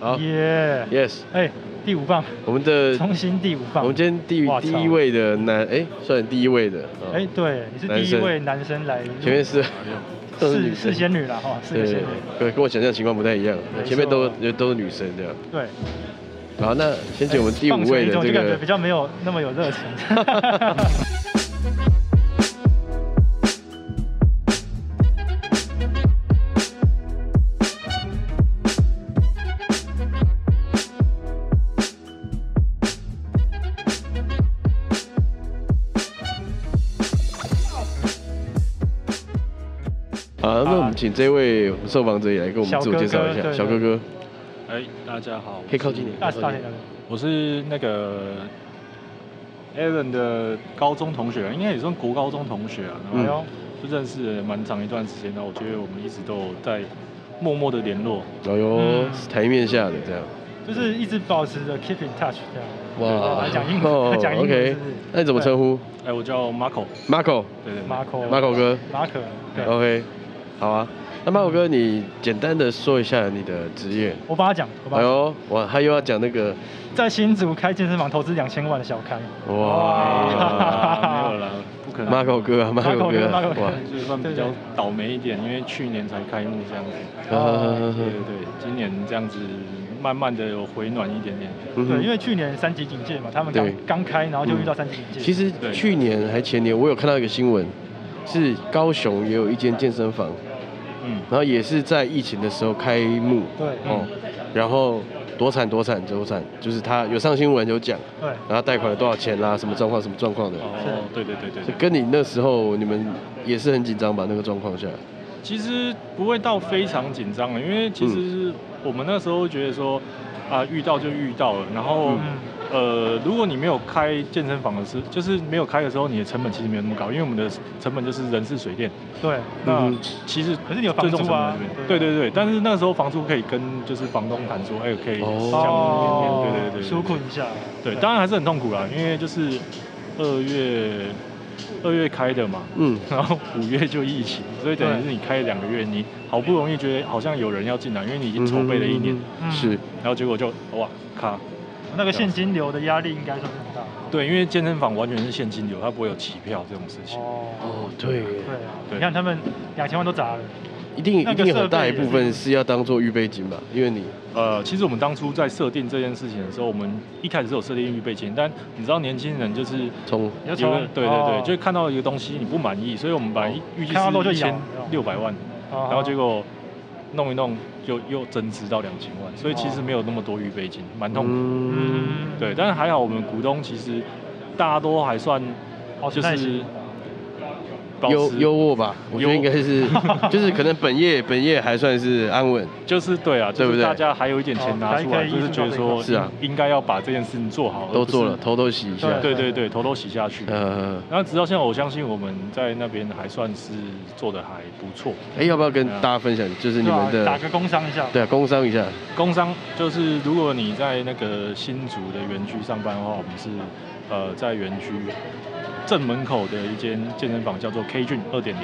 好耶！ ，Yes，哎，第五棒，我们的重新第五棒。我们今天哇第操第一位的男，哎，算第一位的，啊哎，对，你是第一位男生来录，前面是都四女生四仙女了哈，四个仙对女。，跟跟我想象的情况不太一样没，错前面都都是女生这样。对，好，那先请我们第五位棒球一的中这就感觉个比，较没有那么有 热情。好，那我们请这位我们受访者也来给我们啊小自我介绍一哥哥下，对小哥哥，哎、大家好，我可以靠近是点大大点，大点我是那个 Aaron 的高中同学，应该也算国高中同学啊，哎嗯然呦后，就认识了蛮长一段时间。那我觉得我们一直都有在默默的联络，哎呦嗯，是台面下的这样，就是一直保持着 keep in touch 这样。哇，哦讲英文，讲英文是 OK，不是那你怎么称呼哎、我叫 Marco， ？Marco，对对对， ？Marco Marco 哥哦马可，对， OK，好啊。那 Marco 哥，你简单的说一下你的职业。我帮他讲，我帮哎他讲呦，哇，他又要讲那个，在新竹开健身房投资两千万的小康。啊哇 没有啦，不可能。 ，Marco 哥啊，Marco Marco 哥哥啊， ，Marco 哥哇，就是算比较倒霉一点，因为去年才开幕这样子，哦呵呵对呵对对，今年这样子慢慢的有回暖一点点，嗯对，哼因为去年三级警戒嘛，他们刚对嗯刚开，然后就遇到三级警戒。其实对去年还前年，我有看到一个新闻，是高雄也有一间健身房，嗯，然后也是在疫情的时候开幕，对哦，然后多惨多惨多惨，就是他有上新闻有讲，对，然后贷款了多少钱啦，什么状况什么状况的，哦，对对对对就对。跟你那时候你们也是很紧张吧？那个状况下，其实不会到非常紧张的，因为其实我们那时候觉得说，啊，遇到就遇到了，然后。嗯，呃，如果你没有开健身房的时，就是没有开的时候，你的成本其实没有那么高，因为我们的成本就是人事水电。对，那嗯哼其实可是你有房最重租啊成本在那边，对对啊对对。但是那时候房租可以跟就是房东谈说，哎，可以哦项目里面，对对对对，纾困一下。对，当然还是很痛苦啦，因为就是二月二月开的嘛，嗯，然后五月就疫情，所以等于是你开了两个月，你好不容易觉得好像有人要进来，因为你已经筹备了一年，嗯是，然后结果就哇咔，那个现金流的压力应该算是很大。对，因为健身房完全是现金流，它不会有期票这种事情。哦，哦，对，对，对你看他们两千万都砸了。一定那一个定很大设一备也部分是要当做预备金吧，因为你呃，其实我们当初在设定这件事情的时候，我们一开始是有设定预备金，但你知道年轻人就是从你就有从的对对对，啊就是看到一个东西你不满意，所以我们本来预计哦看到肉就是哦咬一千六百万。然然后结果弄一弄就又增值到两千万，所以其实没有那么多预备金，蛮痛苦。嗯，嗯，对，但是还好我们股东其实大家都还算保持就耐是心嗯保优持优渥吧，我觉得优应该是， 就是可能本业本业还算是安稳，就是对啊，对就不是对大家还有一点钱拿哦还出可来，以就是觉得说是啊应应该要把这件事情做好，都而不是做了，头都洗一啊下，对对对，头都洗下去。呃，然后直到现在，我相信我们在那边还算是做的还不错。哎，要不要跟大家分享，就是你对啊们的打个工商一下。对啊，工商一下，工商就是，如果你在那个新竹的园区上班的话，我们是呃在园区正门口的一间健身房，叫做 K 俊二点零。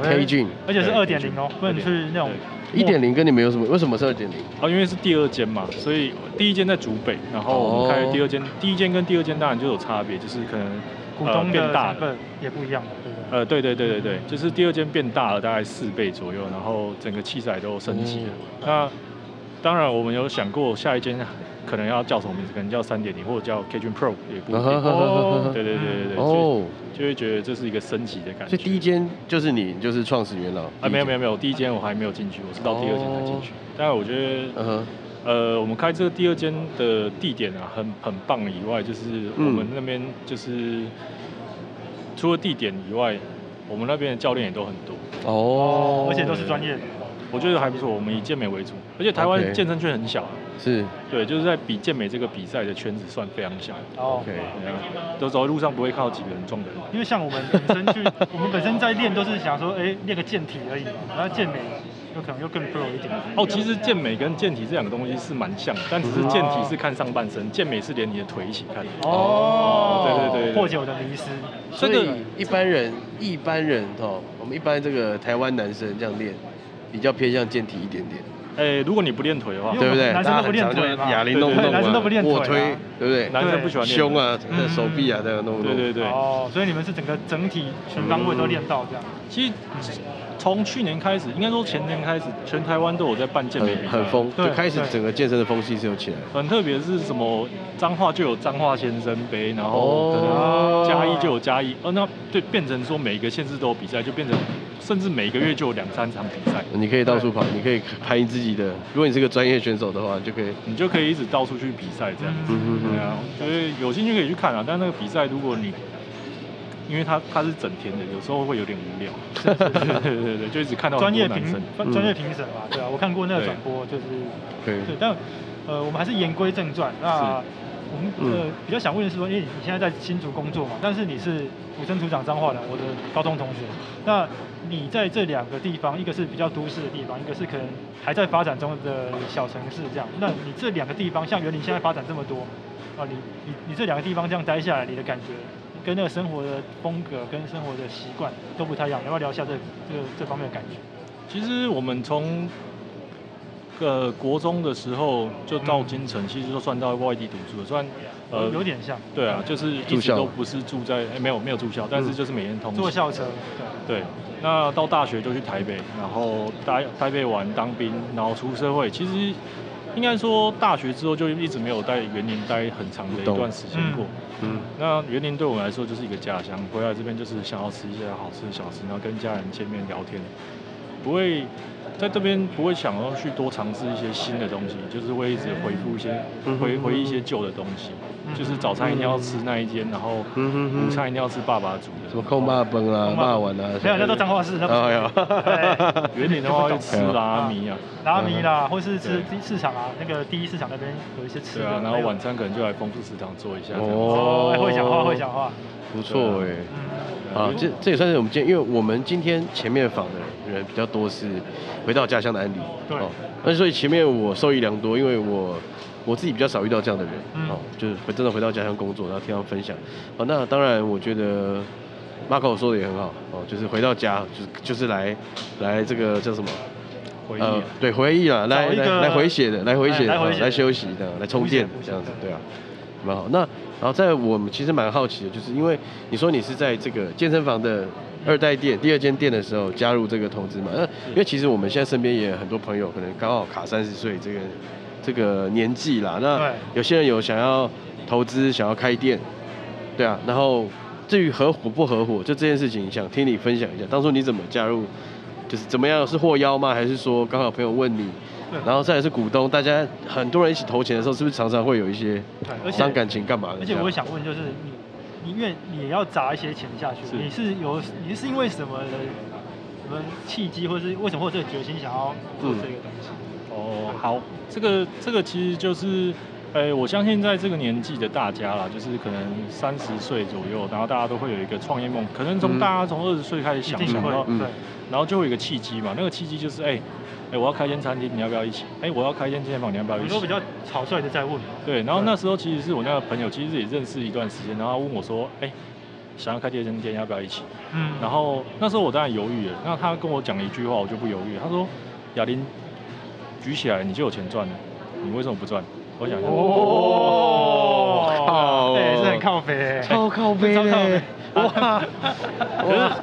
OK K 俊而且是对二点零哦，不能对去那种一点零跟你们有什么？为什么是二点零？啊，因为是第二间嘛，所以第一间在竹北，然后我们开了第二间，第一间跟第二间当然就有差别，就是可能股东呃变的大成了。分也不一样，对不对？呃，对对对对对，就是第二间变大了，大概四倍左右，然后整个器材都升级了。那当然，我们有想过下一间可能要叫什么名字，可能叫三点零或者叫 K 俊 Pro 也不一定。哦对对对对对，就哦，就会觉得这是一个升级的感所以觉。第一间就是你，你就是创始元老啊，没有有，没有没有，第一间我还没有进去，我是到第二间才进去。但是我觉得，嗯哼，呃，我们开这个第二间的地点啊，很很棒以外，就是我们嗯那边就是除了地点以外，我们那边的教练也都很多，哦，而且都是专，业的。我觉得还不错。我们以健美为主，而且台湾 OK 健身圈很小啊，是对，就是在比健美这个比赛的圈子算非常小，哦 OK，对啊都走在路上不会看到几个人撞的人。因为像我们本身去， 我们本身在练都是想说，哎，练个健体而已嘛，然后健美有可能又更 pro 一点。哦，其实健美跟健体这两个东西是蛮像的，但只是健体是看上半身，健美是连你的腿一起看。哦对对对对破解我的迷思。所这以个一般人一般人哦，我们一般这个台湾男生这样练，比较偏向健体一点点，哎，如果你不练腿的话因为，对不对？男生大家都不很练常就腿嘛哑铃弄对弄对啊，男生都不练腿啊卧推，对不对？男生不喜欢练胸啊、嗯手臂啊，这样弄腿。弄。对对对，哦，所以你们是整个整体全方位都练到这样。其实从去年开始，应该说前年开始，全台湾都有在办健美比很赛，很疯，对就开始整个健身的风气是有起来的。很特别是什么？彰化就有彰化先生杯，然后可哦能嘉义就有嘉义，哦，那对变成说每个县市都有比赛，就变成甚至每个月就有两三场比赛，你可以到处跑，你可以拍你自己的。如果你是个专业选手的话，你就可以。你就可以一直到处去比赛这样。嗯嗯对啊，就是有兴趣可以去看啊，但那个比赛如果你，因为它它是整天的，有时候会有点无聊。对对对对，就一直看到很专多业男评生。嗯专业评审嘛，对啊，我看过那个转播，就是可以。对，但呃，我们还是言归正传。那我们呃嗯比较想问的是说，因为你现在在新竹工作嘛，但是你是土生土长彰化的，我的高中同学。那你在这两个地方，一个是比较都市的地方，一个是可能还在发展中的小城市这样。那你这两个地方，像园林现在发展这么多，啊，你你你这两个地方这样待下来，你的感觉跟那个生活的风格跟生活的习惯都不太一样，你要不要聊一下这这这方面的感觉？其实我们从呃国中的时候就到京城，其实就算到外地读书了，算呃有点像对啊，就是一哦住直校都不是住在、哎没有没有住校，但是嗯就是每天通坐勤。校车，对，对，那到大学就去台北，然后台台北玩当兵，然后出社会，其实应该说大学之后就一直没有在园林待很长的一段时间过。嗯，那园林对我来说就是一个家乡，回来这边就是想要吃一些好吃的小吃，然后跟家人见面聊天，不会在这边不会想要去多尝试一些新的东西，就是会一直回复一些嗯回回忆一些旧的东西，就是早餐一定要吃那一间，然后嗯哼哼午餐一定要吃爸爸煮的，什么控霸崩啊、霸碗啊，没有，那都彰化市，那不哦哎是。呦，园林的话会吃 拉米啊，拉米啦，或是市市场啊，那个第一市场那边有一些吃对的，啊，然后还有晚餐可能就来丰富食堂做一下这样子。哦，哎会讲话，会讲话，不错哎。嗯，对啊，这这也算是我们今天，因为我们今天前面访的人比较多是回到家乡的案例，对哦，那所以前面我受益良多，因为我我自己比较少遇到这样的人，嗯哦，就是回真的回到家乡工作，然后听他们分享，哦，那当然我觉得 Marco 说的也很好，哦，就是回到家就是就是来来这个叫什么？回忆啊呃，对，回忆啊，来找一来个来回血的，来回血的，哎来回啊血的来休息的，来充电补血这样子补，血对啊，蛮好。那然后在我们其实蛮好奇的，就是因为你说你是在这个健身房的二代店第二间店的时候加入这个投资嘛？那因为其实我们现在身边也有很多朋友，可能刚好卡三十岁这个这个年纪啦，那对有些人有想要投资，想要开店，对啊，然后至于合伙不合伙，就这件事情，想听你分享一下，当初你怎么加入，就是怎么样是获邀吗？还是说刚好有朋友问你对， 然后再来是股东，大家很多人一起投钱的时候，是不是常常会有一些对，而伤且感情干嘛的？而且我也想问，就是你，你因为你也要砸一些钱下去，是你是有你是因为什么的什么契机，或是为什么会有这个决心想要做这个东西？哦，好，这个这个其实就是，呃，我相信在这个年纪的大家啦，就是可能三十岁左右，然后大家都会有一个创业梦，可能嗯从大家从二十岁开始想一定想会到，嗯对，然后就会有一个契机嘛，那个契机就是，哎、哎，我要开一间餐厅，你要不要一起？哎，我要开一间健身房，你要不要一我起都？比较草率的在问嘛，对，然后那时候其实是我那个朋友，其实也认识一段时间，然后他问我说，哎，想要开健身店，要不要一起？嗯，然后那时候我当然犹豫了，那他跟我讲了一句话，我就不犹豫了。他说：“哑铃举起来你就有钱赚了，你为什么不赚？”我想一下，哦，靠哎，是很靠北，超靠背超靠嘞北，哇，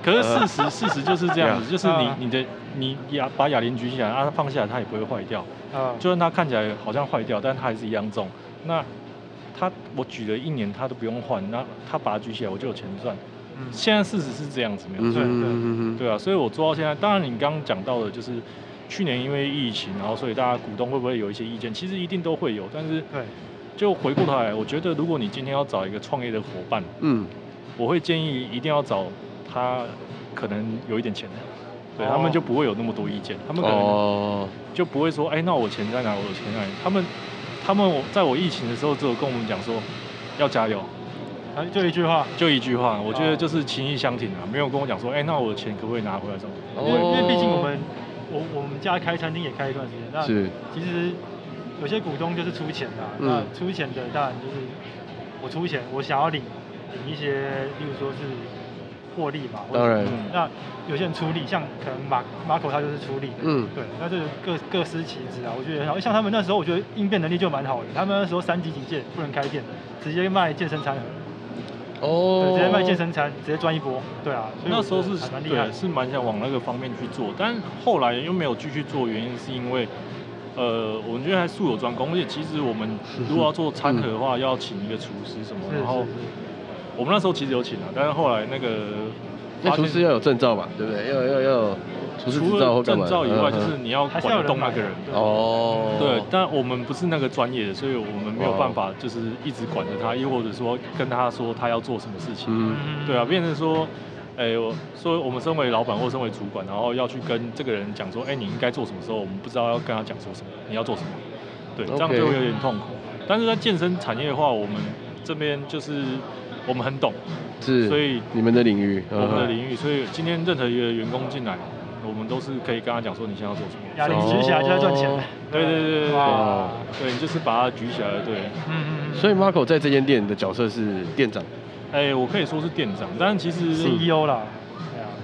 可是可是呃事实事实就是这样子， Yeah 就是你啊你的你哑把哑铃举起来，啊它放下来它也不会坏掉，啊，就算它看起来好像坏掉，但它还是一样重。那它我举了一年它都不用换，那它把它举起来我就有钱赚。嗯现在事实是这样子，没有错。嗯对啊，所以我做到现在，当然你刚刚讲到的，就是去年因为疫情，然后所以大家股东会不会有一些意见？其实一定都会有，但是对，就回过头来，我觉得如果你今天要找一个创业的伙伴，嗯，我会建议一定要找他可能有一点钱的，对、哦他们就不会有那么多意见，他们可能哦，就不会说，哎、那我钱在哪？我有钱在哪里？他们他们我在我疫情的时候，只有跟我们讲说要加油，啊就一句话，就一句话，我觉哦得就是情义相挺啊，没有跟我讲说，哎、那我的钱可不可以拿回来什么？因为哦因为毕竟我们我我们家开餐厅也开一段时间，那是其实有些股东就是出钱的、啊嗯那出钱的当然就是我出钱，我想要领领一些，例如说是获利嘛。或者当然，嗯那有些人出力，像可能马马口他就是出力的，嗯对，那这个各各司其职啊。我觉得像像他们那时候，我觉得应变能力就蛮好的。他们那时候三级警戒不能开店，直接卖健身餐盒，对，哦，直接卖健身餐，直接赚一波，对啊。所以嗯那时候我觉是得还蛮厉害对，的，是蛮想往那个方面去做，但后来又没有继续做，原因是因为，呃，我们觉得还术有专攻，而且其实我们如果要嗯做餐盒的话，要请一个厨师什么，是然后是是我们那时候其实有请啊，但是后来那个那发现厨师要有证照吧，对不对？要要要有厨师除执照了或干证嘛？照以外，嗯就是你要还管是要有人嗯得动那买个人。对哦，对，但我们不是那个专业的，所以我们没有哦办法就是一直管着他，又或者说跟他说他要做什么事情。嗯，嗯对啊，变成说，哎、我说我们身为老板或身为主管，然后要去跟这个人讲说，哎、你应该做什么时候，我们不知道要跟他讲说什么，你要做什么，对，这样 OK 就会有点痛苦。但是在健身产业的话，我们这边就是我们很懂是，所以你们的领域，嗯我们的领域，所以今天任何一个员工进来，我们都是可以跟他讲说，你现在要做什么。哑铃哦举起来就在赚钱了，对对对对对哇，对，你就是把它举起来，对。嗯嗯嗯，嗯所以 Marco 在这间店的角色是店长，哎、我可以说是店长，但其实 CEO 啦，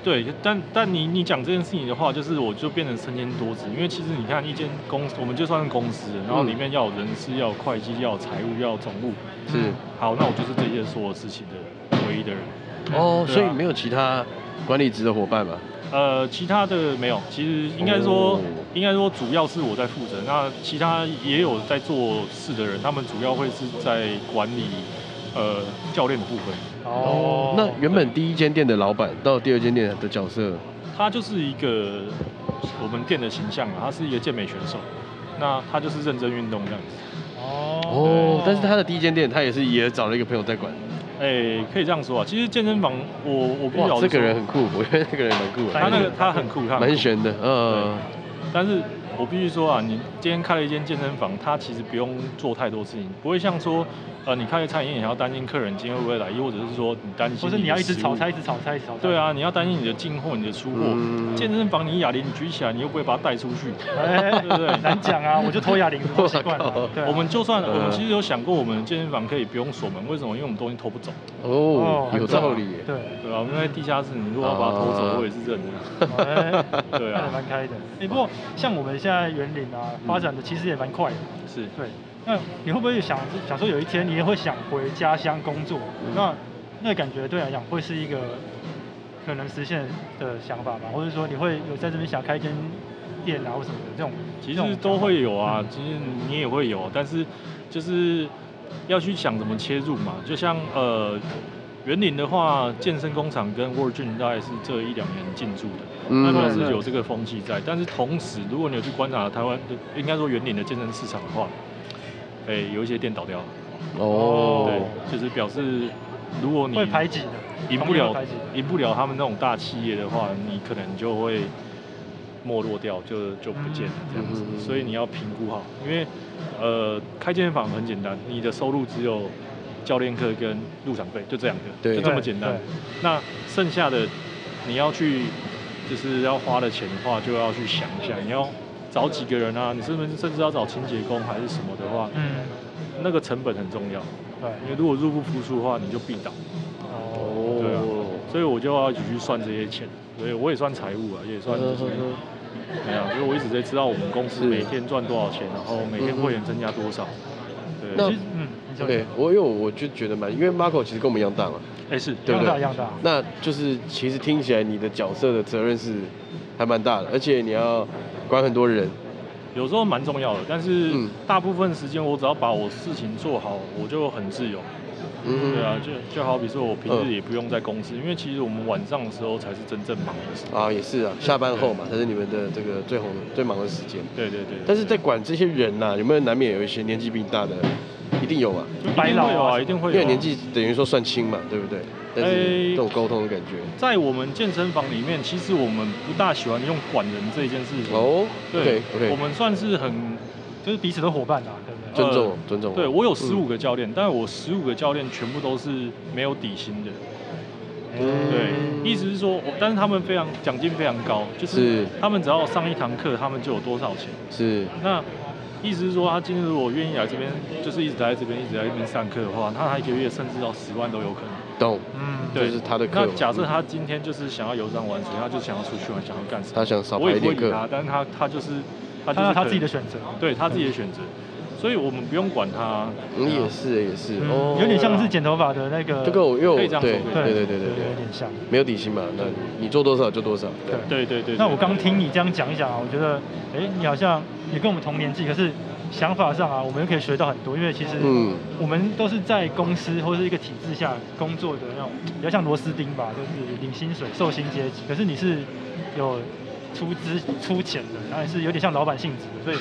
对啊，对，但但你你讲这件事情的话，就是我就变成身兼多职，因为其实你看一间公司，我们就算是公司，然后嗯里面要有人事，要有会计，要有财务，要有总务。是，好，那我就是这些所有事情的唯一的人。哦，对啊所以没有其他管理职的伙伴嘛？呃，其他的没有，其实应该说，哦应该说主要是我在负责，那其他也有在做事的人，他们主要会是在管理呃教练的部分。哦，那原本第一间店的老板到第二间店的角色，他就是一个我们店的形象啊，他是一个健美选手，那他就是认真运动这样子。哦哦，，但是他的第一间店他也是也找了一个朋友在管，哎、可以这样说啊。其实健身房，我我必须老哇，实这个说人很酷，我觉得这个人蛮酷的，他那个蛮他很酷，他很蛮酷。悬的，嗯，但是我必须说啊，你今天开了一间健身房，他其实不用做太多事情，不会像说，呃，你开个餐饮也要担心客人今天会不会来，又或者是说你担心或是你要一直的食物炒菜，一直炒菜，一直炒菜，对，啊，你要担心你的进货、你的出货。嗯健身房你哑铃举起来，你又不会把它带出去。哎，对不对难讲啊，我就偷哑 铃，我习惯我靠了，对啊，我们就算嗯我们其实有想过，我们健身房可以不用锁门，为什么？因为我们东西偷不走，哦哦，有道理耶，对，对吧、我们在地下室，你如果要把它偷啊走，我也是认的。哎 对看得啊，蛮开的。哎，不过像我们现在园林啊，发展的其实也蛮快的，是。对。那你会不会想想说有一天你也会想回家乡工作？那那感觉对你来讲会是一个可能实现的想法吧？或者说你会有在这边想开一间店啊或什么的这种？其这种实想法都会有啊，其实你也会有，但是就是要去想怎么切入嘛。就像呃，园林的话，健身工厂跟 Virgin 大概是这一两年进驻的，嗯那表示有这个风气在。但是同时，如果你有去观察台湾，应该说园林的健身市场的话，哎、有一些店倒掉了，哦对，就是表示如果你会排挤的，赢不同业了会排挤。赢不了他们那种大企业的话，你可能就会没落掉，就就不见了这样子嗯。所以你要评估好，因为呃，开健身房很简单，你的收入只有教练课跟入场费，就这两个，对就这么简单对。那剩下的你要去就是要花的钱的话，就要去想一下，你要找几个人啊，你是不是甚至要找清洁工还是什么的话，嗯，那个成本很重要，对，因为如果入不敷出的话，你就必倒。哦，对啊哦，所以我就要一起去算这些钱，所以我也算财务啊，也算就是哎呀，所以我一直在知道我们公司是嗯每天赚多少钱，然后每天会员增加多少。那对，啊其实嗯，你说对，我因为我就觉得蛮，因为 Marco 其实跟我们一样大嘛，哎是，对不一样对啊大一样大，那就是其实听起来你的角色的责任是还蛮大的，而且你要管很多人，有时候蛮重要的，但是嗯大部分时间我只要把我事情做好，我就很自由。嗯对啊，就就好比说我平日也不用在公司，因为其实我们晚上的时候才是真正忙的时候。啊，也是啊，下班后嘛，才是你们的这个最红、最忙的时间。对对对。但是在管这些人呐、有没有难免有一些年纪比你大的，一定有嘛，一定会有啊，一定会因有啊。为哎年纪等于说算轻嘛，对不对？但是这种沟通的感觉，在我们健身房里面，其实我们不大喜欢用管人这一件事情。哦对，OK OK，我们算是很就是彼此的伙伴啊，对不对？尊重哦尊重，呃对我有十五个教练，但我十五个教练全部都是没有底薪的。哎嗯对，意思是说，我但是他们非常奖金非常高，就是是他们只要上一堂课，他们就有多少钱。嗯是那意思是说，他今天如果愿意来这边，就是一直待在这边，一直在这边上课的话，那他一个月甚至到十万都有可能。懂，嗯，对，就是他的课那嘛假设嗯他今天就是想要游山玩水，他就想要出去玩，想要干什么？他想少我也排一不会点理课他，但是他他就是他他就他是他可自己的能选择，对他自己的选择，所以我们不用管他。啊嗯，也是也是，哦嗯，，有点像是剪头发的那个，这个我因为我可对以这样对说对对对对有对，点像。没有底薪嘛，那你做多少就多少，对对对对对。那我对刚听你这样讲一讲啊，我觉得，哎、你好像也跟我们同年纪，可是想法上啊，我们又可以学到很多，因为其实嗯我们都是在公司或是一个体制下工作的那种，比较像螺丝钉吧，就是领薪水、受薪阶级。可是你是有出资出钱的，然后你是有点像老板性质的，所以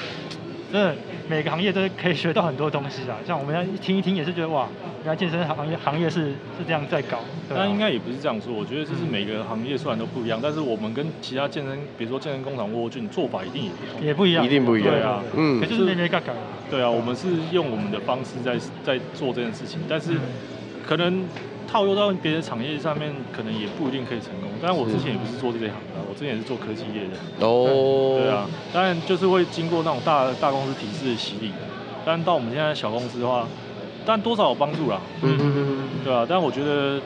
真的每个行业都是可以学到很多东西啊。像我们要听一听也是觉得哇，原来健身行业行业是是这样在搞。对啊但应该也不是这样说，我觉得就是每个行业虽然都不一样，但是我们跟其他健身，比如说健身工厂、蜗菌做法一定也不同。也不一样，一定不一样对啊，嗯可就是那那嘎嘎。对啊，我们是用我们的方式在在做这件事情，但是嗯可能套用到别的产业上面，可能也不一定可以成功。但我之前也不是做这一行的啊，我之前也是做科技业的。哦，对啊，当然就是会经过那种大大公司体制的洗礼，但到我们现在小公司的话，但多少有帮助啦，嗯，嗯嗯嗯对啊，但我觉得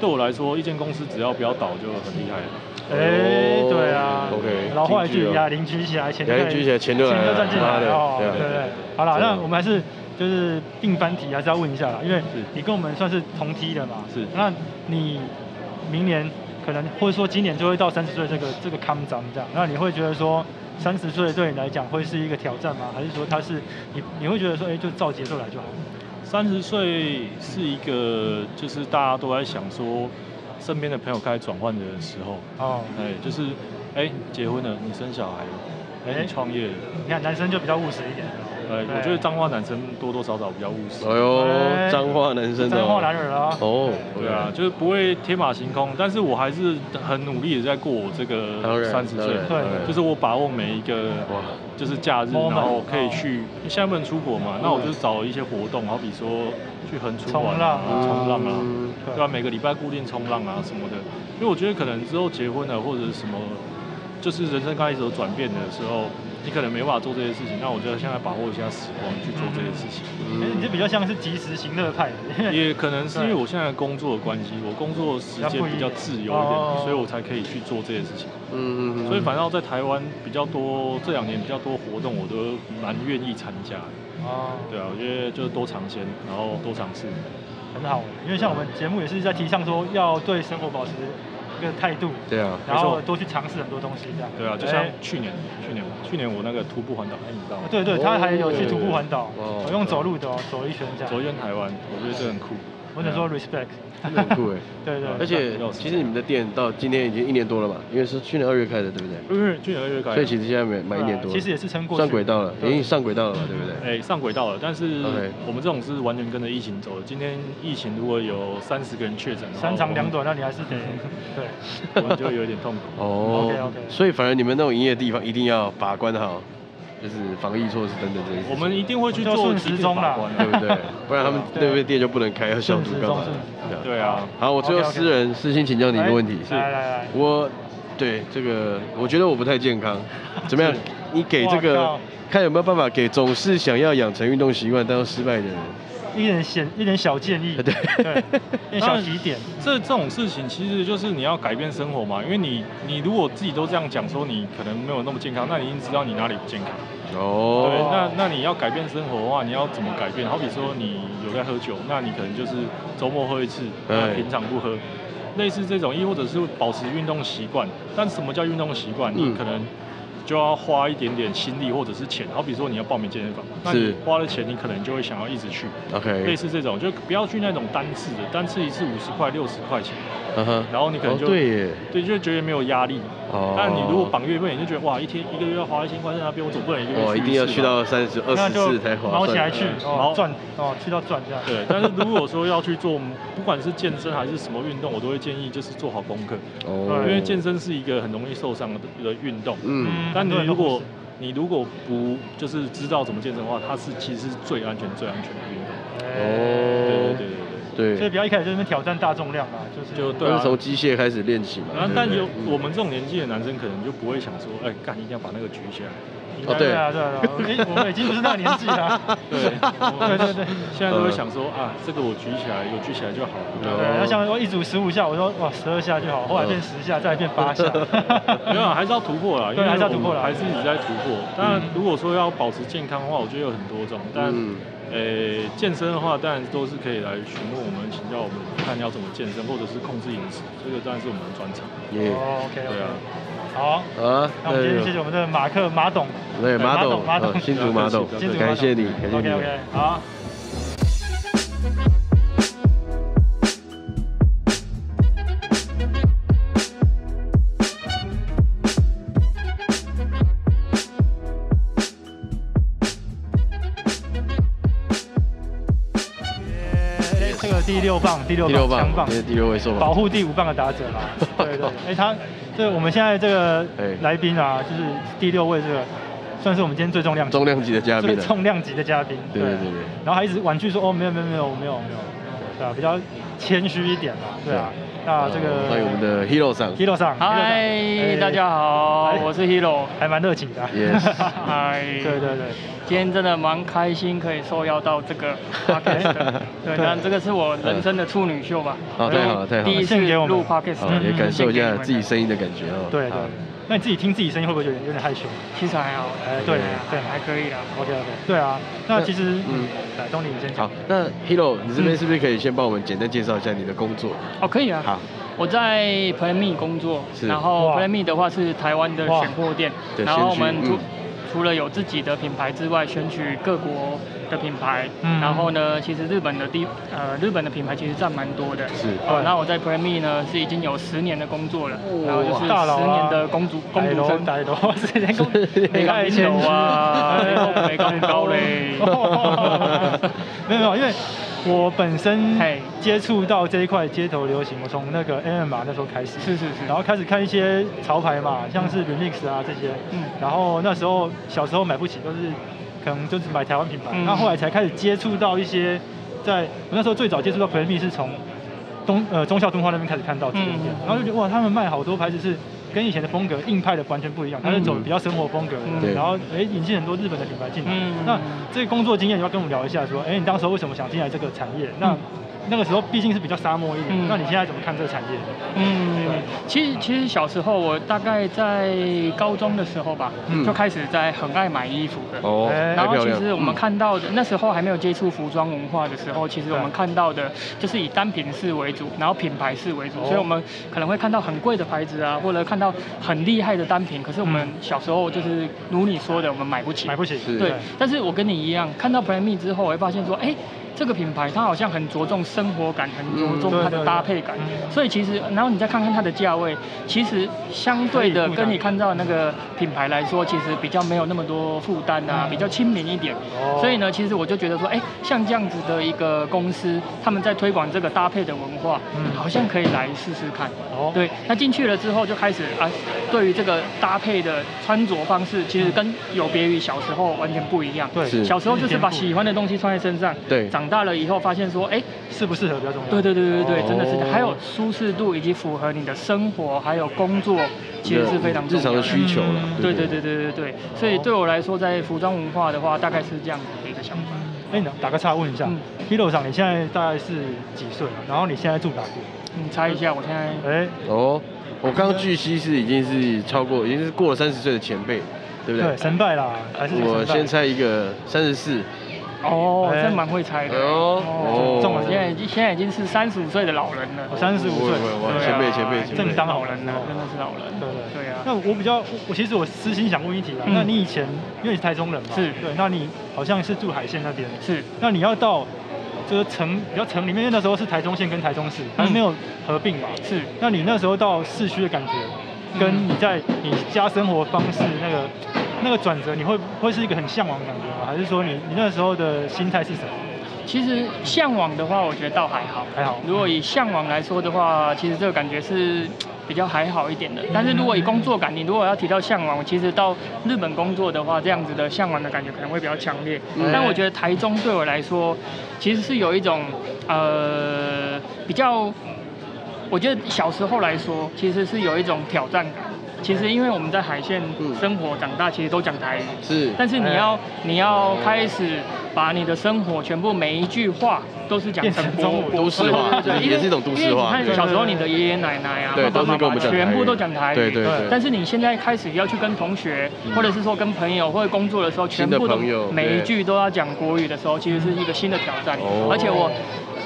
对我来说，一间公司只要不要倒就很厉害了。哎、对啊 OK，然后后来进就去了哎呀，邻居起来，钱就邻在居起来钱就来了赚进妈来的了哦，对对啊不对对？好啦，真的那我们还是就是定番题，还是要问一下啦，因为你跟我们算是同梯的嘛，是那你明年可能或者说今年就会到三十岁这个这个康长这样，那你会觉得说？三十岁对你来讲会是一个挑战吗？还是说它是你你会觉得说，哎、就照节奏来就好？三十岁是一个，就是大家都在想说，身边的朋友开始转换的时候，哦，哎，就是哎、结婚了，你生小孩了，哎、哎你创业了，你看男生就比较务实一点。哎，我觉得彰化男生多多少少比较务实。哎呦，哎脏话男生的哦，彰化男人啊哦，对啊，，就是不会天马行空，但是我还是很努力的在过我这当个然三十当岁然，对当然就是我把握每一个哇就是假日， Moment，啊然后可以去，现在不能出国嘛，那我就找一些活动，好比说去横出玩冲浪啊啊，冲浪啊，嗯对吧？每个礼拜固定冲浪啊什么的，因为我觉得可能之后结婚了或者什么，就是人生刚开始有转变的时候，你可能没办法做这些事情，那我觉得现在把握一下时光去做这些事情。哎、你这比较像是及时行乐派的，因 为也可能是因为我现在工作的关系，我工作时间比较自由一哦点，所以我才可以去做这些事情。嗯嗯嗯，所以反倒在台湾比较多，这两年比较多活动，我都蛮愿意参加的。哦，对啊，我觉得就是多尝鲜，然后多尝试。很好。因为像我们节目也是在提倡说要对生活保持一个态度，对啊，然后多去尝试很多东西这样。对啊，就像哎去年，去年，去年我那个徒步环岛，哎，你知道吗？对对，他还有去徒步环岛，哦我用走路的哦，走一圈这走样。遍台湾，我觉得这很酷。啊我只能说 respect。真的很酷哎。对对而对，且其实你们的店到今天已经一年多了嘛，因为是去年二月开的，对不对？因为去年二月开的，所以其实现在满满一年多了，其实也是撑过去上轨道了，已对经上轨道了嘛，对不对？哎上轨道了，但是 OK 我们这种是完全跟着疫情走的。今天疫情如果有三十个人确诊的话，三长两我们短，那你还是得对。我们就有点痛苦。哦 OK，OK 所以反而你们那种营业地方一定要把关好，就是防疫措施等等这些事我情，们一定会去就做顺时钟啦啦，对 不对？不然他们那边店就不能开，要消毒干嘛顺时钟顺时钟的？对啊。对啊，好，我最后 OK，OK 私人私心请教你一个问题，来来来，我对这个我觉得我不太健康，怎么样？你给这哇个靠看有没有办法给总是想要养成运动习惯但又失败的人？一点显一点小建议，对对，一点小提点。这这种事情其实就是你要改变生活嘛，因为你你如果自己都这样讲说你可能没有那么健康，那你一定知道你哪里不健康。对哦，，那那你要改变生活的话，你要怎么改变？好比说你有在喝酒，那你可能就是周末喝一次，哎那平常不喝，类似这种，亦或者是保持运动习惯。但什么叫运动习惯？嗯你可能就要花一点点心力或者是钱，好比说你要报名健身房，那你是花了钱，你可能就会想要一直去。类 OK，似这种，就不要去那种单次的，单次一次五十块、六十块钱，嗯哼然后你可能哦就、对耶，对，就觉得没有压力。哦但你如果绑月费，你就觉得哇，一天一个月要花一千块在那边，我总不能一个月哇，哦一定次要吧去到三十二那十就四才划毛算。起来去哦毛赚哦，去到赚这样。对，但是如果说要去做，不管是健身还是什么运动，我都会建议就是做好功课，哦因为健身是一个很容易受伤的的运动。嗯嗯但很你多人都如不果是你如果不就是知道怎么健身的话，它是其实是最安全最安全的运动。嗯哦对对对对对哎所以不要一开始就在那边挑战大重量啊，就是对，就对都啊是。从机械开始练起嘛然对后，不但对有嗯我们这种年纪的男生，可能就不会想说，哎，干一定要把那个举起来，你哦看对对啊对啊，对啊哎，我们已经不是那个年纪了。对， 对对对对现在都会想说啊，这个我举起来，有举起来就好 哦了。对，那像我一组十五下，我说哇十二下就好，后来变十下，再变八下。哦没有啊，还是要突破啦，因对为还是要突破了，啦还是一直在突破。当然，如果说要保持健康的话，我觉得有很多种，但嗯呃，健身的话，当然都是可以来询问我们，请教我们看要怎么健身，或者是控制饮食，这个当然是我们的专长。耶，哦，OK 对啊 OK，好，好啊，那我们今天谢谢我们的马克马董，对马马董，马啊董，新竹马董新竹马，董感谢你，感谢 OK 你。 OK，好。耶这个第六棒，第六第六棒，棒枪，棒今。天第六位受保棒，护第五棒的打者 啦。对对，哎、他这我们现在这个哎来宾啊，就是第六位这个，算是我们今天最重量级重量级的嘉宾啊最了。重量级的嘉宾。对对对对然后还一直婉拒说哦没有没有没有没有没有，对啊，比较谦虚一点嘛，对啊。那这个哦呃欢迎我们的 Hero 上， Hero 上，哎嗨，大家好，我是 Hero。还蛮热情的。 Yes 嗨，对对对，今天真的蛮开心，可以受邀到这个 podcast 的。对，那这个是我人生的处女秀吧？好太好了太好了第一次献给我们录 podcast，好，哦也感受一下自己声。声音的感觉哦。对对好对。那你自己听自己声音会不会有点有点害羞其实还好，哎对对还可以啦。 ？OK OK，对啊。那其实嗯嗯，来东林你先讲好。，那 Hero，你这边是不是可以先帮我们简单介绍一下你的工作？哦，可以啊。好，我在 PlayMe 工作，是然后哇 PlayMe 的话是台湾的选货店哇，对然后我选们取除、嗯除了有自己的品牌之外，选取各国的品牌，嗯然后呢，其实日本的地呃日本的品牌其实占蛮多的。是哦，那我在 PlayMe 呢是已经有十年的工作了，然后就是大佬啊十年的公主公主生，大 楼，谁在公。北港一楼啊， 然后北港高嘞 没有没有，因为我本身嘿接触到这一块街头流行，我从那个 M M 那时候开始，是是是然后开始看一些潮牌嘛，像是 Remix 啊这些，嗯然后那时候小时候买不起，都是可能就是买台湾品牌，嗯那、后来才开始接触到一些，在我那时候最早接触到 p r e m i 是从东呃中校敦化那边开始看到这个店，嗯然后就觉得哇，他们卖好多牌子是跟以前的风格硬派的完全不一样，他是走嗯比较生活风格的，对然后哎引进很多日本的品牌进来。嗯那这个工作经验，你要跟我们聊一下，说哎你当时候为什么想进来这个产业？那、嗯那个时候毕竟是比较沙漠一点，嗯那你现在怎么看这个产业？嗯，其实其实小时候我大概在高中的时候吧，嗯就开始在很爱买衣服的。哦，哎太然后漂其亮。嗯实我们看到的，那时候还没有接触服装文化的时候，其实我们对看到的就是以单品式为主，然后品牌式为主，哦所以我们可能会看到很贵的牌子啊，或者看到很厉害的单品，可是我们嗯小时候就是如你说的，我们买不起。买不起，是对，但是我跟你一样，看到 Plan Me 之后，我会发现说，哎、这个品牌它好像很着重生活感，很着重嗯对对它的对搭配感，嗯所以其实，然后你再看看它的价位，其实相对可的以负担跟你看到的那个品牌来说，其实比较没有那么多负担啊，嗯比较亲民一点。哦所以呢，其实我就觉得说，哎、像这样子的一个公司，他们在推广这个搭配的文化，嗯好像可以来试试看。哦对，那进去了之后就开始啊，对于这个搭配的穿着方式，嗯其实跟有别于小时候完全不一样。对是小时候就是把喜欢的东西穿在身上，对长大了以后发现说，哎，适不适合比较重要。对对对对对，哦真的是，还有舒适度以及符合你的生活还有工作，其实是非常嗯重日要常的需求哦了。嗯对对对对对对，所以对我来说，在服装文化的话，大概是这样子的一个想法。哎，你打个岔问一下嗯，Hero 上你现在大概是几岁？然后你现在住哪边？你猜一下，我现在哎，哦，我刚刚据悉是已经是超过，已经是过了三十岁的前辈，对不对，对？神拜啦，还是神拜我先猜一个三十四，哦，哎真蛮会猜的。哦哦哦，中了，现在已经现在已经是三十五岁的老人了我。哦三十五岁，我对啊前辈前辈前辈正当老好人人呢呢，，真的是老人。对对对那啊。我比较，我我其实我私心想问一题啦。嗯那你以前因为你是台中人嘛，是对，那你好像是住海线那边，是，那你要到就是城比较城里面，因为那时候是台中县跟台中市还没有合并嘛，是那你那时候到市区的感觉，跟你在你家生活方式那个那个转折，你会会是一个很向往的感觉吗？还是说你你那时候的心态是什么？其实向往的话，我觉得倒还好。还好如果以向往来说的话，其实这个感觉是比较还好一点的。但是如果以工作感，你如果要提到向往，其实到日本工作的话，这样子的向往的感觉可能会比较强烈。嗯但我觉得台中对我来说，其实是有一种呃比较我觉得小时候来说，其实是有一种挑战感。其实因为我们在海线生活长大，其实都讲台语，是，哎但是你要你要开始把你的生活全部每一句话都是讲成变成国中语文都市化对对对也是一种都市化因为你看小时候你的爷爷奶奶啊，对，爸都爸是妈跟我们妈讲台语，全部都讲台语，对对对。嗯但是你现在开始要去跟同学，或者是说跟朋友，或者工作的时候，全新的部都朋友每一句都要讲国语的时候，其实是一个新的挑战哦。而且我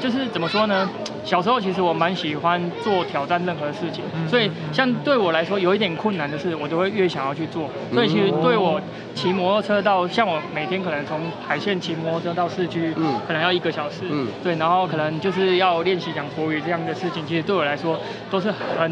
就是怎么说呢？小时候其实我蛮喜欢做挑战任何事情，嗯所以像对我来说有一点困难的事，我都会越想要去做。所以其实对我骑摩托车到像我每天可能从海线骑摩托车到市区嗯，可能要一个小时嗯，对，然后可能就是要练习讲国语这样的事情，其实对我来说都是很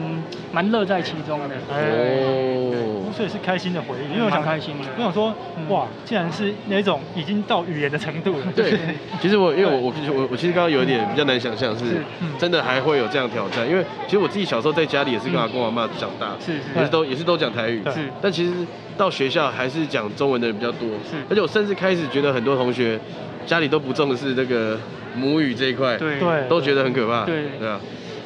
蛮乐在其中的。哦，所以是开心的回忆，因为我想蛮开心的我想说，嗯哇，竟然是那种已经到语言的程度了， 对就是，其实我因为我我我我其实刚刚有一点比较难想象，是是嗯真的还会有这样挑战，因为其实我自己小时候在家里也是跟阿公阿妈长大，是是也是都也是都讲台语，对是但其实到学校还是讲中文的人比较多，是而且我甚至开始觉得很多同学家里都不重视这个母语这一块，，对对都觉得很可怕，对对啊，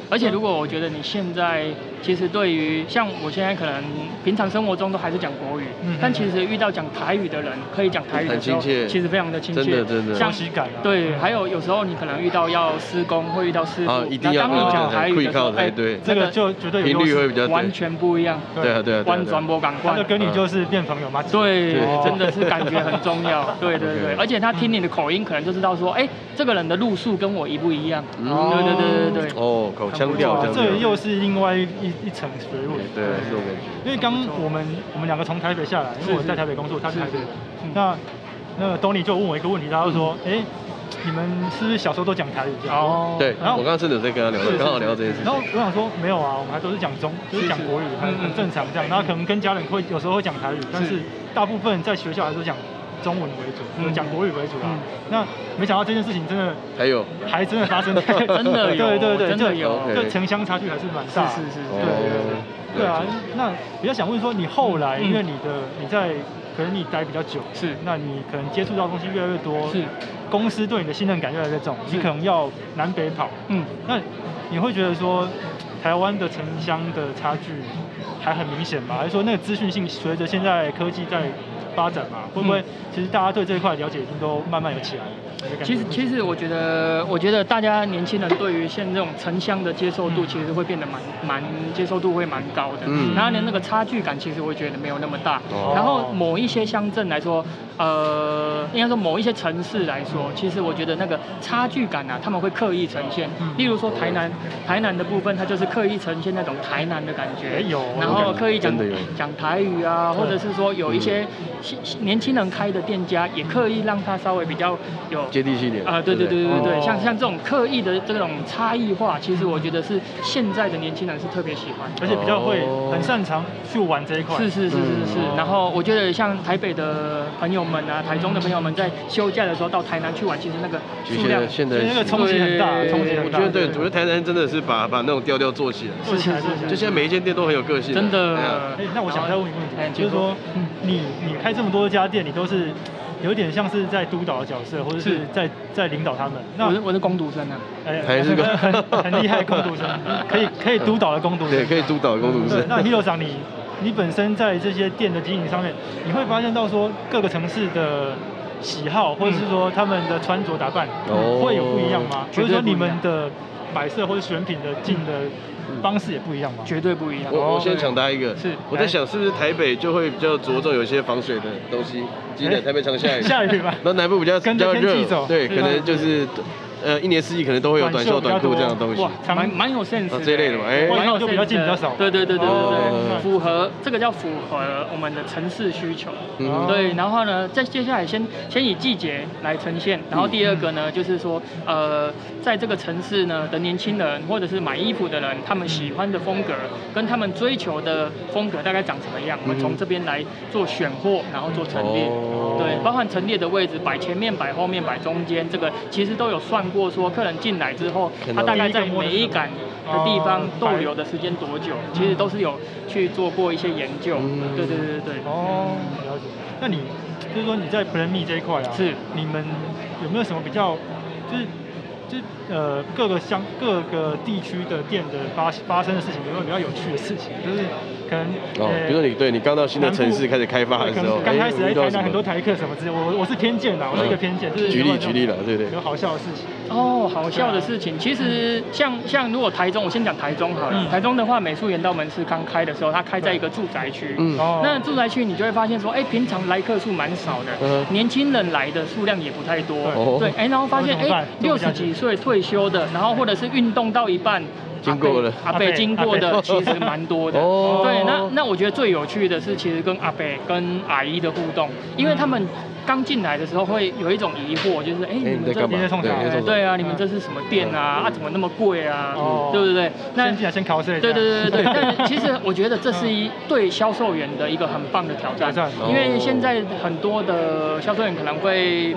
而且如果我觉得你现在其实对于像我现在可能平常生活中都还是讲国语，嗯但其实遇到讲台语的人，可以讲台语的时候，很亲切其实非常的亲切，真的真的像熟悉感啊对，还有有时候你可能遇到要施工，会遇到师傅，啊一定要那当你讲台语的时候，会靠台对这个就绝对有频率会优比势，较低完全不一样，对啊对啊，对啊完全不赶他就。快跟你就是变朋友嘛，对对，真的是感觉很重要。 对对 OK 对，而且他听你的口音，可能就知道说，哎，这个人的路数跟我一不一样。嗯对对对对对对。哦，口腔调哇这样这子，又是另外一一一层水路。对，这种感觉，因为刚我们我们两个从台北下来，因为我在台北工作，他是台北人是嗯。那那个 Tony 就问我一个问题，他就说：“哎，你们是不是小时候都讲台语这样？”哦对，然后我刚刚真的有在跟他聊，刚好聊到这件事情然，后我想说没有啊，我们还都是讲中，就是讲国语，很嗯嗯很正常这样。然后可能跟家人会有时候会讲台语，但是大部分在学校还是讲中文为主，嗯就是讲国语为主啦嗯。那没想到这件事情真的还有。还真的发 生在，真的有，对对对，真的有。 OK 就城乡差距还是蛮是大。是是哦对是，对对对对啊，那比较想问说，你后来嗯因为你的你在可能你待比较久，是那你可能接触到东西越来越多，是，公公司对你的信任感越来越重，你是可能要南北跑，嗯，那你会觉得说台湾的城乡的差距还很明显吗？还是说那个资讯性随着现在科技在发展嘛，会不会嗯其实大家对这一块了解已经都慢慢有起来了？你的感觉其实其实我觉得，我觉得大家年轻人对于现在这种城乡的接受度，嗯其实会变得蛮蛮接受度会蛮高的。嗯然后呢，那个差距感其实我觉得没有那么大。哦然后某一些乡镇来说，呃，应该说某一些城市来说，其实我觉得那个差距感啊，他们会刻意呈现嗯。例如说台南，台南的部分，它就是刻意呈现那种台南的感哎觉，有然后刻意讲真的有讲台语啊，或者是说有一些新年轻人开的店家，也刻意让它稍微比较有接地气一点啊，对对对对哦对，像像这种刻意的这种差异化，其实我觉得是现在的年轻人是特别喜欢的。而且比较会哦很擅长去玩这一块，是是是是是，嗯然后我觉得像台北的朋友们啊，台中的朋友们在休假的时候到台南去玩，其实那个局数限量的哦现所在以那个冲击很大，对冲击我很大。觉得对，我觉得台南真的是把把那种调调做起来，做起来做起来。就现在每一间店都很有个性啊，真的对啊。哎，那我想再问一个问哎题，请就是说嗯，你你开这么多家店，你都是有点像是在督导的角色，或者是是在在领导他们。那我是我是工读生啊，哎还是个很 很厉害的工读 生，可以可以督导的工读生，对，可以督导工读对生。那 Hero 长你，你本身在这些店的经营上面，你会发现到说各个城市的喜好，或者是说他们的穿着打扮，哦会有不一样吗？或嗯绝者对说不一你样们的摆设或者选品的进的方式也不一样吗？嗯哦绝对不一样。我我先抢答一个，是我在想是不是台北就会比较着重有一些防水的东西，记得哎台北常下雨，下雨吧然后南部比较比跟着较天气热走，对，是可能吧就是呃一年四季可能都会有短袖短裤这样的东西哇。长蛮蛮有 sense 啊的这一类的嘛哎蛮有外套就比较 sense 进比较的少对对对对对哦对，符合这个叫符合我们的城市需求。哦嗯，对，然后呢，再接下来先先以季节来呈现，然后第二个呢，就是说，呃，在这个城市呢的年轻人或者是买衣服的人，他们喜欢的风格跟他们追求的风格大概长什么样，我们从这边来做选货，然后做陈列哦，对，包含陈列的位置，摆前面、摆后面、摆中间，这个其实都有算过，说客人进来之后看，到他大概第一个在摸的每是一什么杆的地方哦逗摆留的时间多久，其实都是有去做过一些研究嗯。对对对对对。哦，了解。那你就是说你在 Plan Me 这一块啊，是你们有没有什么比较，就是就是呃各个乡各个地区的店的发发生的事情，有没有比较有趣的事情？就是可能哦呃，比如说你对你刚到新的南部城市开始开发的时对可候，能刚开始在哎遇到台什南么嗯很多台客什么之类，我我是偏见啦，我是一个偏见，就是举有例那种举例了，对对有好笑的事情。哦，好笑的事情，其实像像如果台中，我先讲台中好了。嗯台中的话，美术园道门是刚开的时候，它开在一个住宅区。嗯哦那住宅区你就会发现说，哎、平常来客数蛮少的，嗯年轻人来的数量也不太多。哦对，哎、然后发现那怎么哎办，六、十几岁退休的，然后或者是运动到一半。经过了阿阿北伯经过阿的伯其实蛮多的。哦对，那那我觉得最有趣的是，其实跟阿北跟阿姨的互动，因为他们刚进来的时候会有一种疑惑，就是哎、哎你你们在这干嘛？你在对冲啥你在对冲啥对啊，你们这是什么店啊？啊，怎么那么贵啊？哦对不对？那先进来先 cos 一下。对对对 对对，但其实我觉得这是嗯一对销售员的一个很棒的挑战啊挑战，因为现在很多的销售员可能会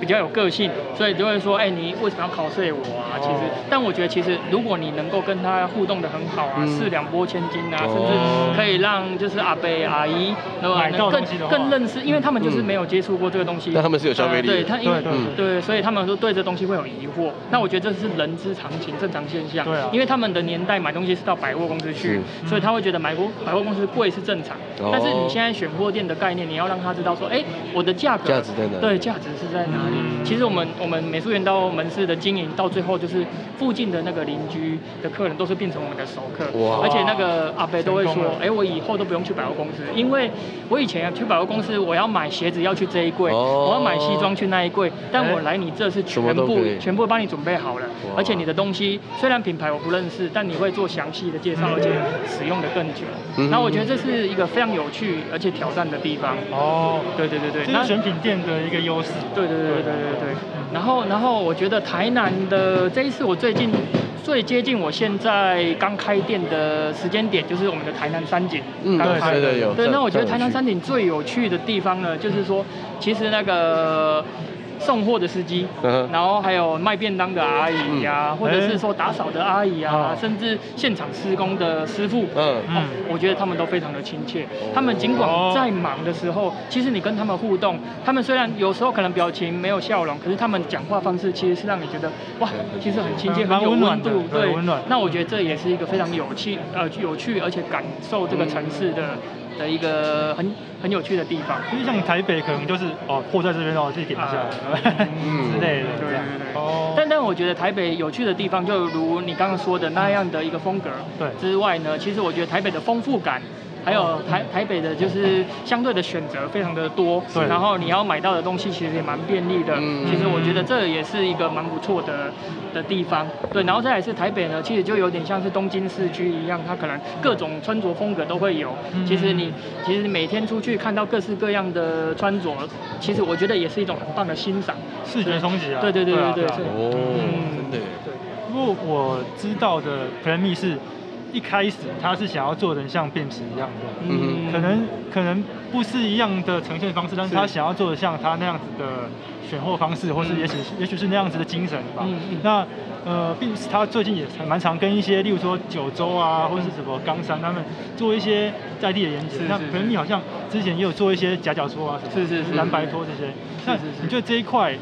比较有个性，所以就会说，哎，你为什么要考碎我啊？其实哦，但我觉得其实如果你能够跟他互动的很好啊，嗯四两拨千斤啊，甚哦至可以让就是阿伯阿姨，然后买到更东西的话更认识，因为他们就是嗯没有接触过这个东西，但他们是有消费力的呃对他因为对对嗯对，所以他们都对这东西会有疑惑。那我觉得这是人之常情，正常现象。对啊因为他们的年代买东西是到百货公司去，是所以他会觉得买货百货公司贵是正常。哦但是你现在选货店的概念，你要让他知道说，哎，我的价格价值在哪里对，价值是在哪里？嗯其实我们我们美术园到门市的经营到最后，就是附近的那个邻居的客人都是变成我们的熟客哇，而且那个阿伯都会成说功了，哎，我以后都不用去百货公司，因为我以前去百货公司，我要买鞋子要去这一柜，哦我要买西装去那一柜，但我来你这是全什么都部可以全部帮你准备好了哇，而且你的东西虽然品牌我不认识，但你会做详细的介绍，而且使用的更久嗯。那我觉得这是一个非常有趣而且挑战的地方。哦，对对对对，这那是选品店的一个优势。对对对对对对对。然后然后我觉得台南的这一次我最近最接近我现在刚开店的时间点，就是我们的台南三景。嗯，刚对开对对有。对，那我觉得台南南山顶最有趣的地方呢，就是说，其实那个送货的司机，嗯哼然后还有卖便当的阿姨呀、或者是说打扫的阿姨啊，嗯哦甚至现场施工的师傅，嗯哦，我觉得他们都非常的亲切。哦他们尽管在忙的时候，其实你跟他们互动，他们虽然有时候可能表情没有笑容，可是他们讲话方式其实是让你觉得哇，其实很亲切，很蛮有温温暖的度，对温暖嗯那我觉得这也是一个非常有趣呃有趣，而且感受这个城市的嗯的一个很很有趣的地方。因为像台北可能就是哦，货在这边哦，自己点一下啊 嗯之类的，对对对哦，但但我觉得台北有趣的地方，就如你刚刚说的那样的一个风格，对之外呢，其实我觉得台北的丰富感。还哦有台台北的，就是相对的选择非常的多，对然后你要买到的东西其实也蛮便利的。嗯其实我觉得这也是一个蛮不错的的地方。对，然后再来是台北呢，其实就有点像是东京市区一样，它可能各种穿着风格都会有。嗯其实你其实每天出去看到各式各样的穿着，其实我觉得也是一种很棒的欣赏。视觉冲击啊，对对对啊对啊对对哦，真嗯的耶。不过我知道的 Plan Me 是一开始他是想要做人像变形一样的，嗯可能可能不是一样的呈现方式，但是他想要做的像他那样子的选货方式，或是嗯也许也许是那样子的精神吧嗯嗯。那呃，并他最近也蛮常跟一些，例如说九州啊，或是什么冈山他们做一些在地的研究是。那是是 Plan Me 好像之前也有做一些夹脚拖啊什么，是是是蓝白拖这些。那是是你觉得这一块？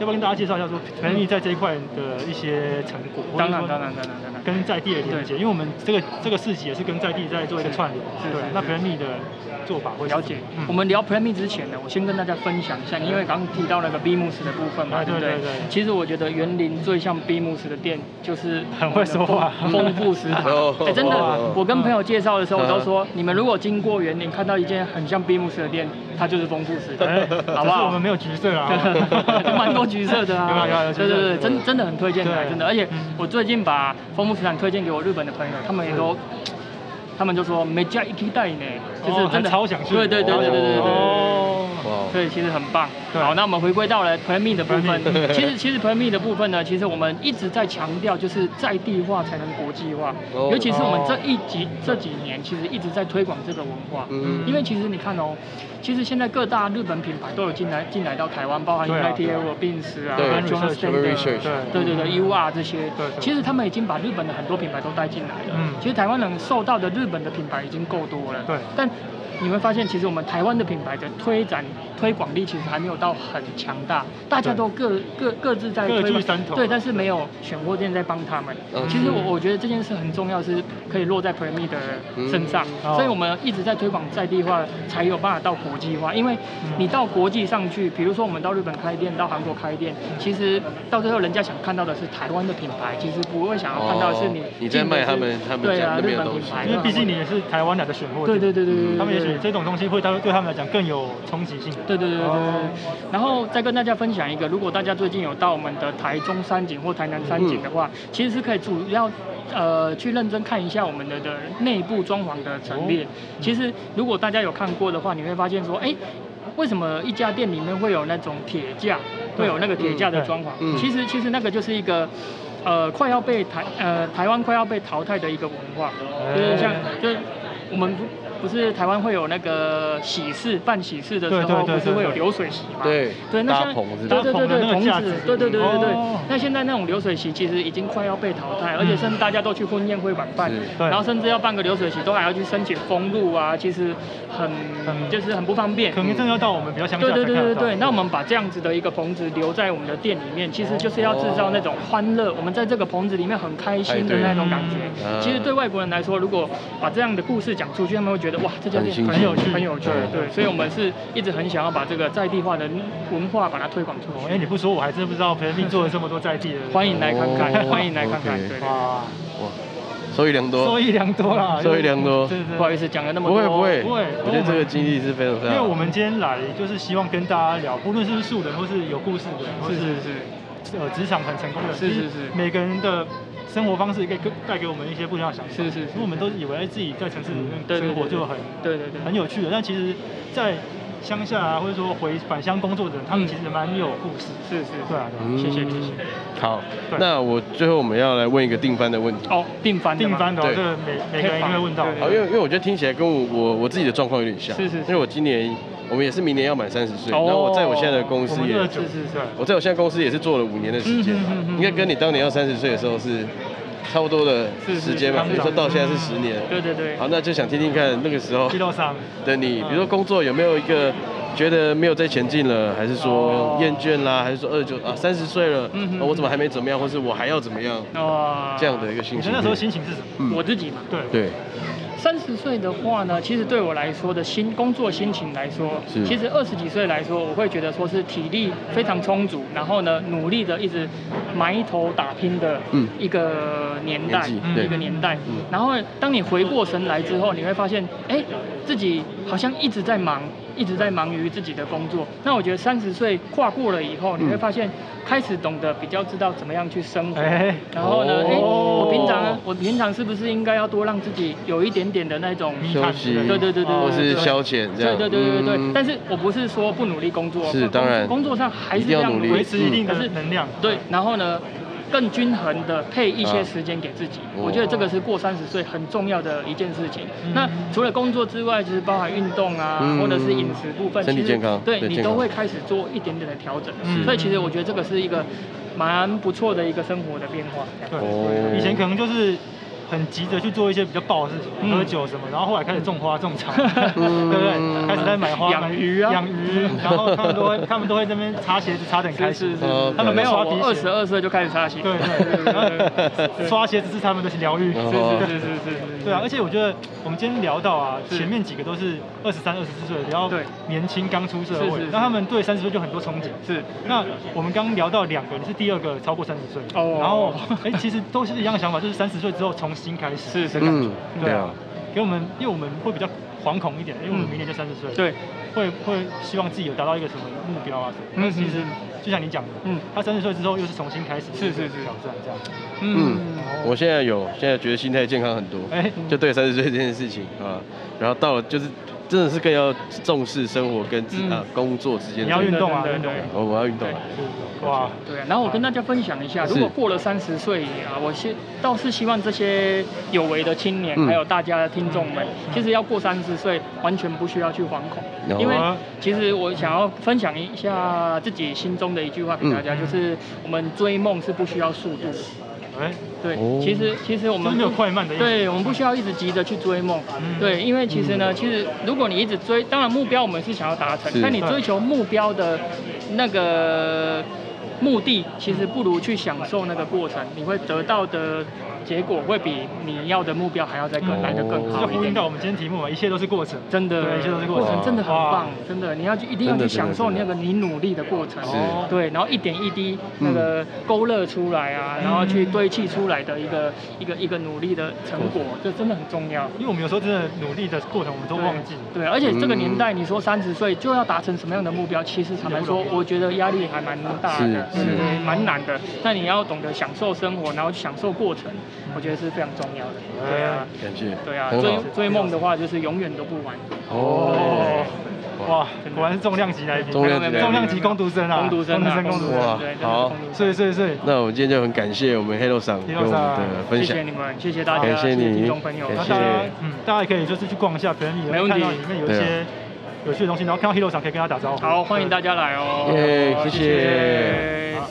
要不要跟大家介绍一下说 p l a n Me 在这一块的一些成果？或者当然说当然当然当然。跟在地的连接，因为我们这个这个市集也是跟在地在做一个串联，是对是。那是 Plan Me 的做法会是了解怎么样，嗯我们聊 Premi 之前呢，我先跟大家分享一下，因为刚刚提到那个 Beams 的部分嘛，哎对对不对对对？其实我觉得园林最像 Beams 的店就是 很会说话我们的丰富食堂哦。哎，真哇的，我跟朋友介绍的时候，我都说，你们如果经过园林看到一间很像 Beams 的店，它就是丰富食堂哎， 好只是不好？，我们没有橘色啊 蛮多橘色的啊， 有啊有啊有橘对色对对，有真真的很推荐来，对真的。而且嗯我最近把丰富食堂推荐给我日本的朋友，他们也都，他们就说没加一期待呢，就是哦真的还超想去对对对对对对对对哦哇，所以其实很棒。对好，那我们回归到了 Plan Me 的部分 Plan Me。其实其实 Plan Me 的部分呢，其实我们一直在强调，就是在地化才能国际化哦。尤其是我们这一集哦这几年，其实一直在推广这个文化。嗯因为其实你看哦，其实现在各大日本品牌都有进来进来到台湾，包含对啊 United 对啊 Aero、Bins 啊、对 John Urban Stander Research 对对对，UR 这些对对，其实他们已经把日本的很多品牌都带进来了嗯。其实台湾人受到的日本的品牌已经够多了。对但你会发现其实我们台湾的品牌的推展推广力其实还没有到很强大，大家都各各各自在各推据广山头对，但是没有选货店在帮他们。嗯其实我我觉得这件事很重要，是可以落在 Premi 的身上，嗯所以我们一直在推广在地化，才有办法到国际化。因为你到国际上去，比如说我们到日本开店，到韩国开店，其实到最后人家想看到的是台湾的品牌，其实不会想要看到是你哦你在进的卖是他们他们对讲啊的那日边的本品东西牌，因为毕竟你也是台湾来的选货对店，对对对对对，他们也许对这种东西会对对他们来讲更有冲击性。对对对对对哦对。然后再跟大家分享一个，如果大家最近有到我们的台中山景或台南山景的话，嗯其实是可以主要呃去认真看一下我们的的内部装潢的陈哦列。嗯其实如果大家有看过的话，你会发现说，哎。为什么一家店里面会有那种铁架，会有那个铁架的装潢？嗯其实其实那个就是一个，呃，快要被台呃台湾快要被淘汰的一个文化，哎就是像就是我们不不是台湾会有那个喜事办喜事的时对对候，对不是对会有对流水席嘛？对对，那搭现在棚是对吧对搭对棚的对，那个棚架子子，对对对对对哦。嗯那现在那种流水席其实已经快要被淘汰，而且甚至大家都去婚宴会馆办是，对然后甚至要办个流水席都还要去申请封路啊，其实很很就是很不方便嗯可。能真的要到我们比较乡下对才看对得对对到对，那我们把这样子的一个棚子留在我们的店里哦面，其实就是要制造那种欢乐，我们在这个棚子里面很开心的哎对那种感觉嗯。其实对外国人来说，如果把这样的故事讲出去，他们会觉得哇，这家很店新很有奇趣，很有趣。对对，所以我们是一直很想要把这个在地化的文化把它推广出哦哎，去。你不说我还真不知道，培命做了这么多在地的，欢迎来看看，哦 欢迎来看看。 OK 对对，对哇，哇，收益良受多，益良多啦，受益良多对对对，不好意思讲了那么不多。会不会，不会我觉得这个经历是非常非因常啊为好，我们今天来就是希望跟大家聊，不论是不是素人，或是有故事的人，或是是是是，呃职场很成功的人，是是其实是每个人的生活方式可以带给我们一些不一样的想法。是是是因为我们都以为哎自己在城市里面对对生活对就很对对对，很有趣的，但其实，在乡下啊，或者说回返乡工作的人，他们嗯其实蛮有故事。是是对啊，对啊。嗯谢谢谢谢。好对，那我最后我们要来问一个定番的问题。哦，定番的定吗番的哦对这个每每个人应该问到对。好，因为因为我觉得听起来跟我我我自己的状况有点像，是是是因为我今年我们也是明年要满三十岁，哦然后我在我现在的公我司们也二，九是是是我在我现在公司也是做了五年的时间嗯嗯嗯，嗯应该跟你当年要三十岁的时候是差不多的是是时间吧，是所以说到现在是十年。对对对好，那就想听听看那个时候七六三，的你，比如说工作有没有一个觉得没有在前进了，还是说哦厌倦啦，还是说二十九啊三十岁了，嗯嗯嗯啊我怎么还没怎么样，或是我还要怎么样哦，这样的一个心你情？的那时候心情是什么？嗯我自己嘛。对，对，三十岁的话呢，其实对我来说的心工作心情来说是，其实二十几岁来说，我会觉得说是体力非常充足，然后呢，努力的一直埋头打拼的嗯一个年代，年纪嗯对一个年代嗯。然后当你回过神来之后，你会发现，哎，自己好像一直在忙，一直在忙于自己的工作。那我觉得三十岁跨过了以后，你嗯会发现开始懂得比较知道怎么样去生活。哎，然后呢，哦哎、我平常啊我平常是不是应该要多让自己有一点点的那种嗯休息，对对对对或哦是对消遣这对样，对对对对对，嗯但是我不是说不努力工作，是工当然工作上还一是定要要努力嗯维持一定的可是能量。嗯对，然后呢，更均衡的配一些时间给自己，啊我觉得这个是过三十岁很重要的一件事情。那除了工作之外，就是包含运动啊，嗯或者是饮食部分，身体其实健康对对你健都康会开始做一点点的调整是。所以其实我觉得这个是一个蛮不错的一个生活的变化。这样哦对，以前可能就是很急着去做一些比较爆的事情，嗯喝酒什么，然后后来开始种花 种草，对不嗯对？开始在买花、养买鱼啊养鱼，然后他们 都会，他们都会在那边擦鞋子擦得很开是心是，是哦，他们对没有，刷我皮二鞋十，二岁就开始擦鞋。对对对然后 刷鞋子是他们的疗愈。哦是是是是是是。对啊，而且我觉得我们今天聊到啊，是前面几个都是二十三、二十四岁比较对年轻刚出社是会是，是那他们对三十岁就很多憧憬。是那我们刚聊到两个，你是第二个超过三十岁，哦然后 哎，其实都是一样的想法，就是三十岁之后重新开始。是是感觉嗯。，对对啊啊，，给我们，因为我们会比较惶恐一点，因为我们明年就三十岁，，嗯对，会会希望自己有达到一个什么目标啊什么。但嗯其实嗯就像你讲的，嗯他三十岁之后又是重新开始，是是是挑战这样。嗯嗯，我现在有，现在觉得心态健康很多，哎，就对三十岁这件事情啊，然后到了就是真的是更要重视生活跟自嗯啊工作之你间的，要运动啊，对对运动对啊。哦我要运动啊，哇，对啊，然后我跟大家分享一下，是如果过了三十岁啊，我希倒是希望这些有为的青年，嗯还有大家的听众们，其实要过三十岁，完全不需要去惶有恐，啊因为其实我想要分享一嗯下自己心中的一句话给大家，就是我们追梦是不需要速度。哎，对哦，其实其实我就们是没有快慢的意思。对，我们不需要一直急着去追梦，嗯对，因为其实呢，其实如果你一直追，当然目标我们是想要达成是，但你嗯追求目标的那个目的，其实不如去享受那个过程，你会得到的结果会比你要的目标还要再更嗯来得更这就好呼一应点。到我们今天题目嘛，一切都是过程。真的对，一切都是，过过程程，真的很棒哇，真的，你要去一定要真的去真的享受真那的个你努力的过程。是哦对，然后一点一滴嗯那个勾勒出来啊，然后去堆砌出来的一个一个一个努力的成果，这真的很重要。因为我们有时候真的努力的过程，我们都忘记。对，而且这个年代，你说三十岁就要达成什么样的目标，其实坦白说，我觉得压力还蛮大的，是是对蛮难的。那你要懂得享受生活，然后享受过程，我觉得是非常重要的。对啊，感谢，对啊，很追好追梦的话，就是永远都不晚。哦，哇，果然是重量级来宾，重量级来宾重量级工读生啊，攻读生啊，攻读攻生读，哇生，对，真的好是攻读生所以所以所以，那我们今天就很感谢我们 Hello 赏跟 Hello 我们桑的分谢享谢，你们，谢谢大家，感谢你听众朋友，感那谢大家嗯，大家也可以就是去逛一下，可能你没会问看题到里面有一对啊些有趣的东西，然后看到 Hero 上可以跟他打招呼。好，欢迎大家来哦。耶谢谢谢谢好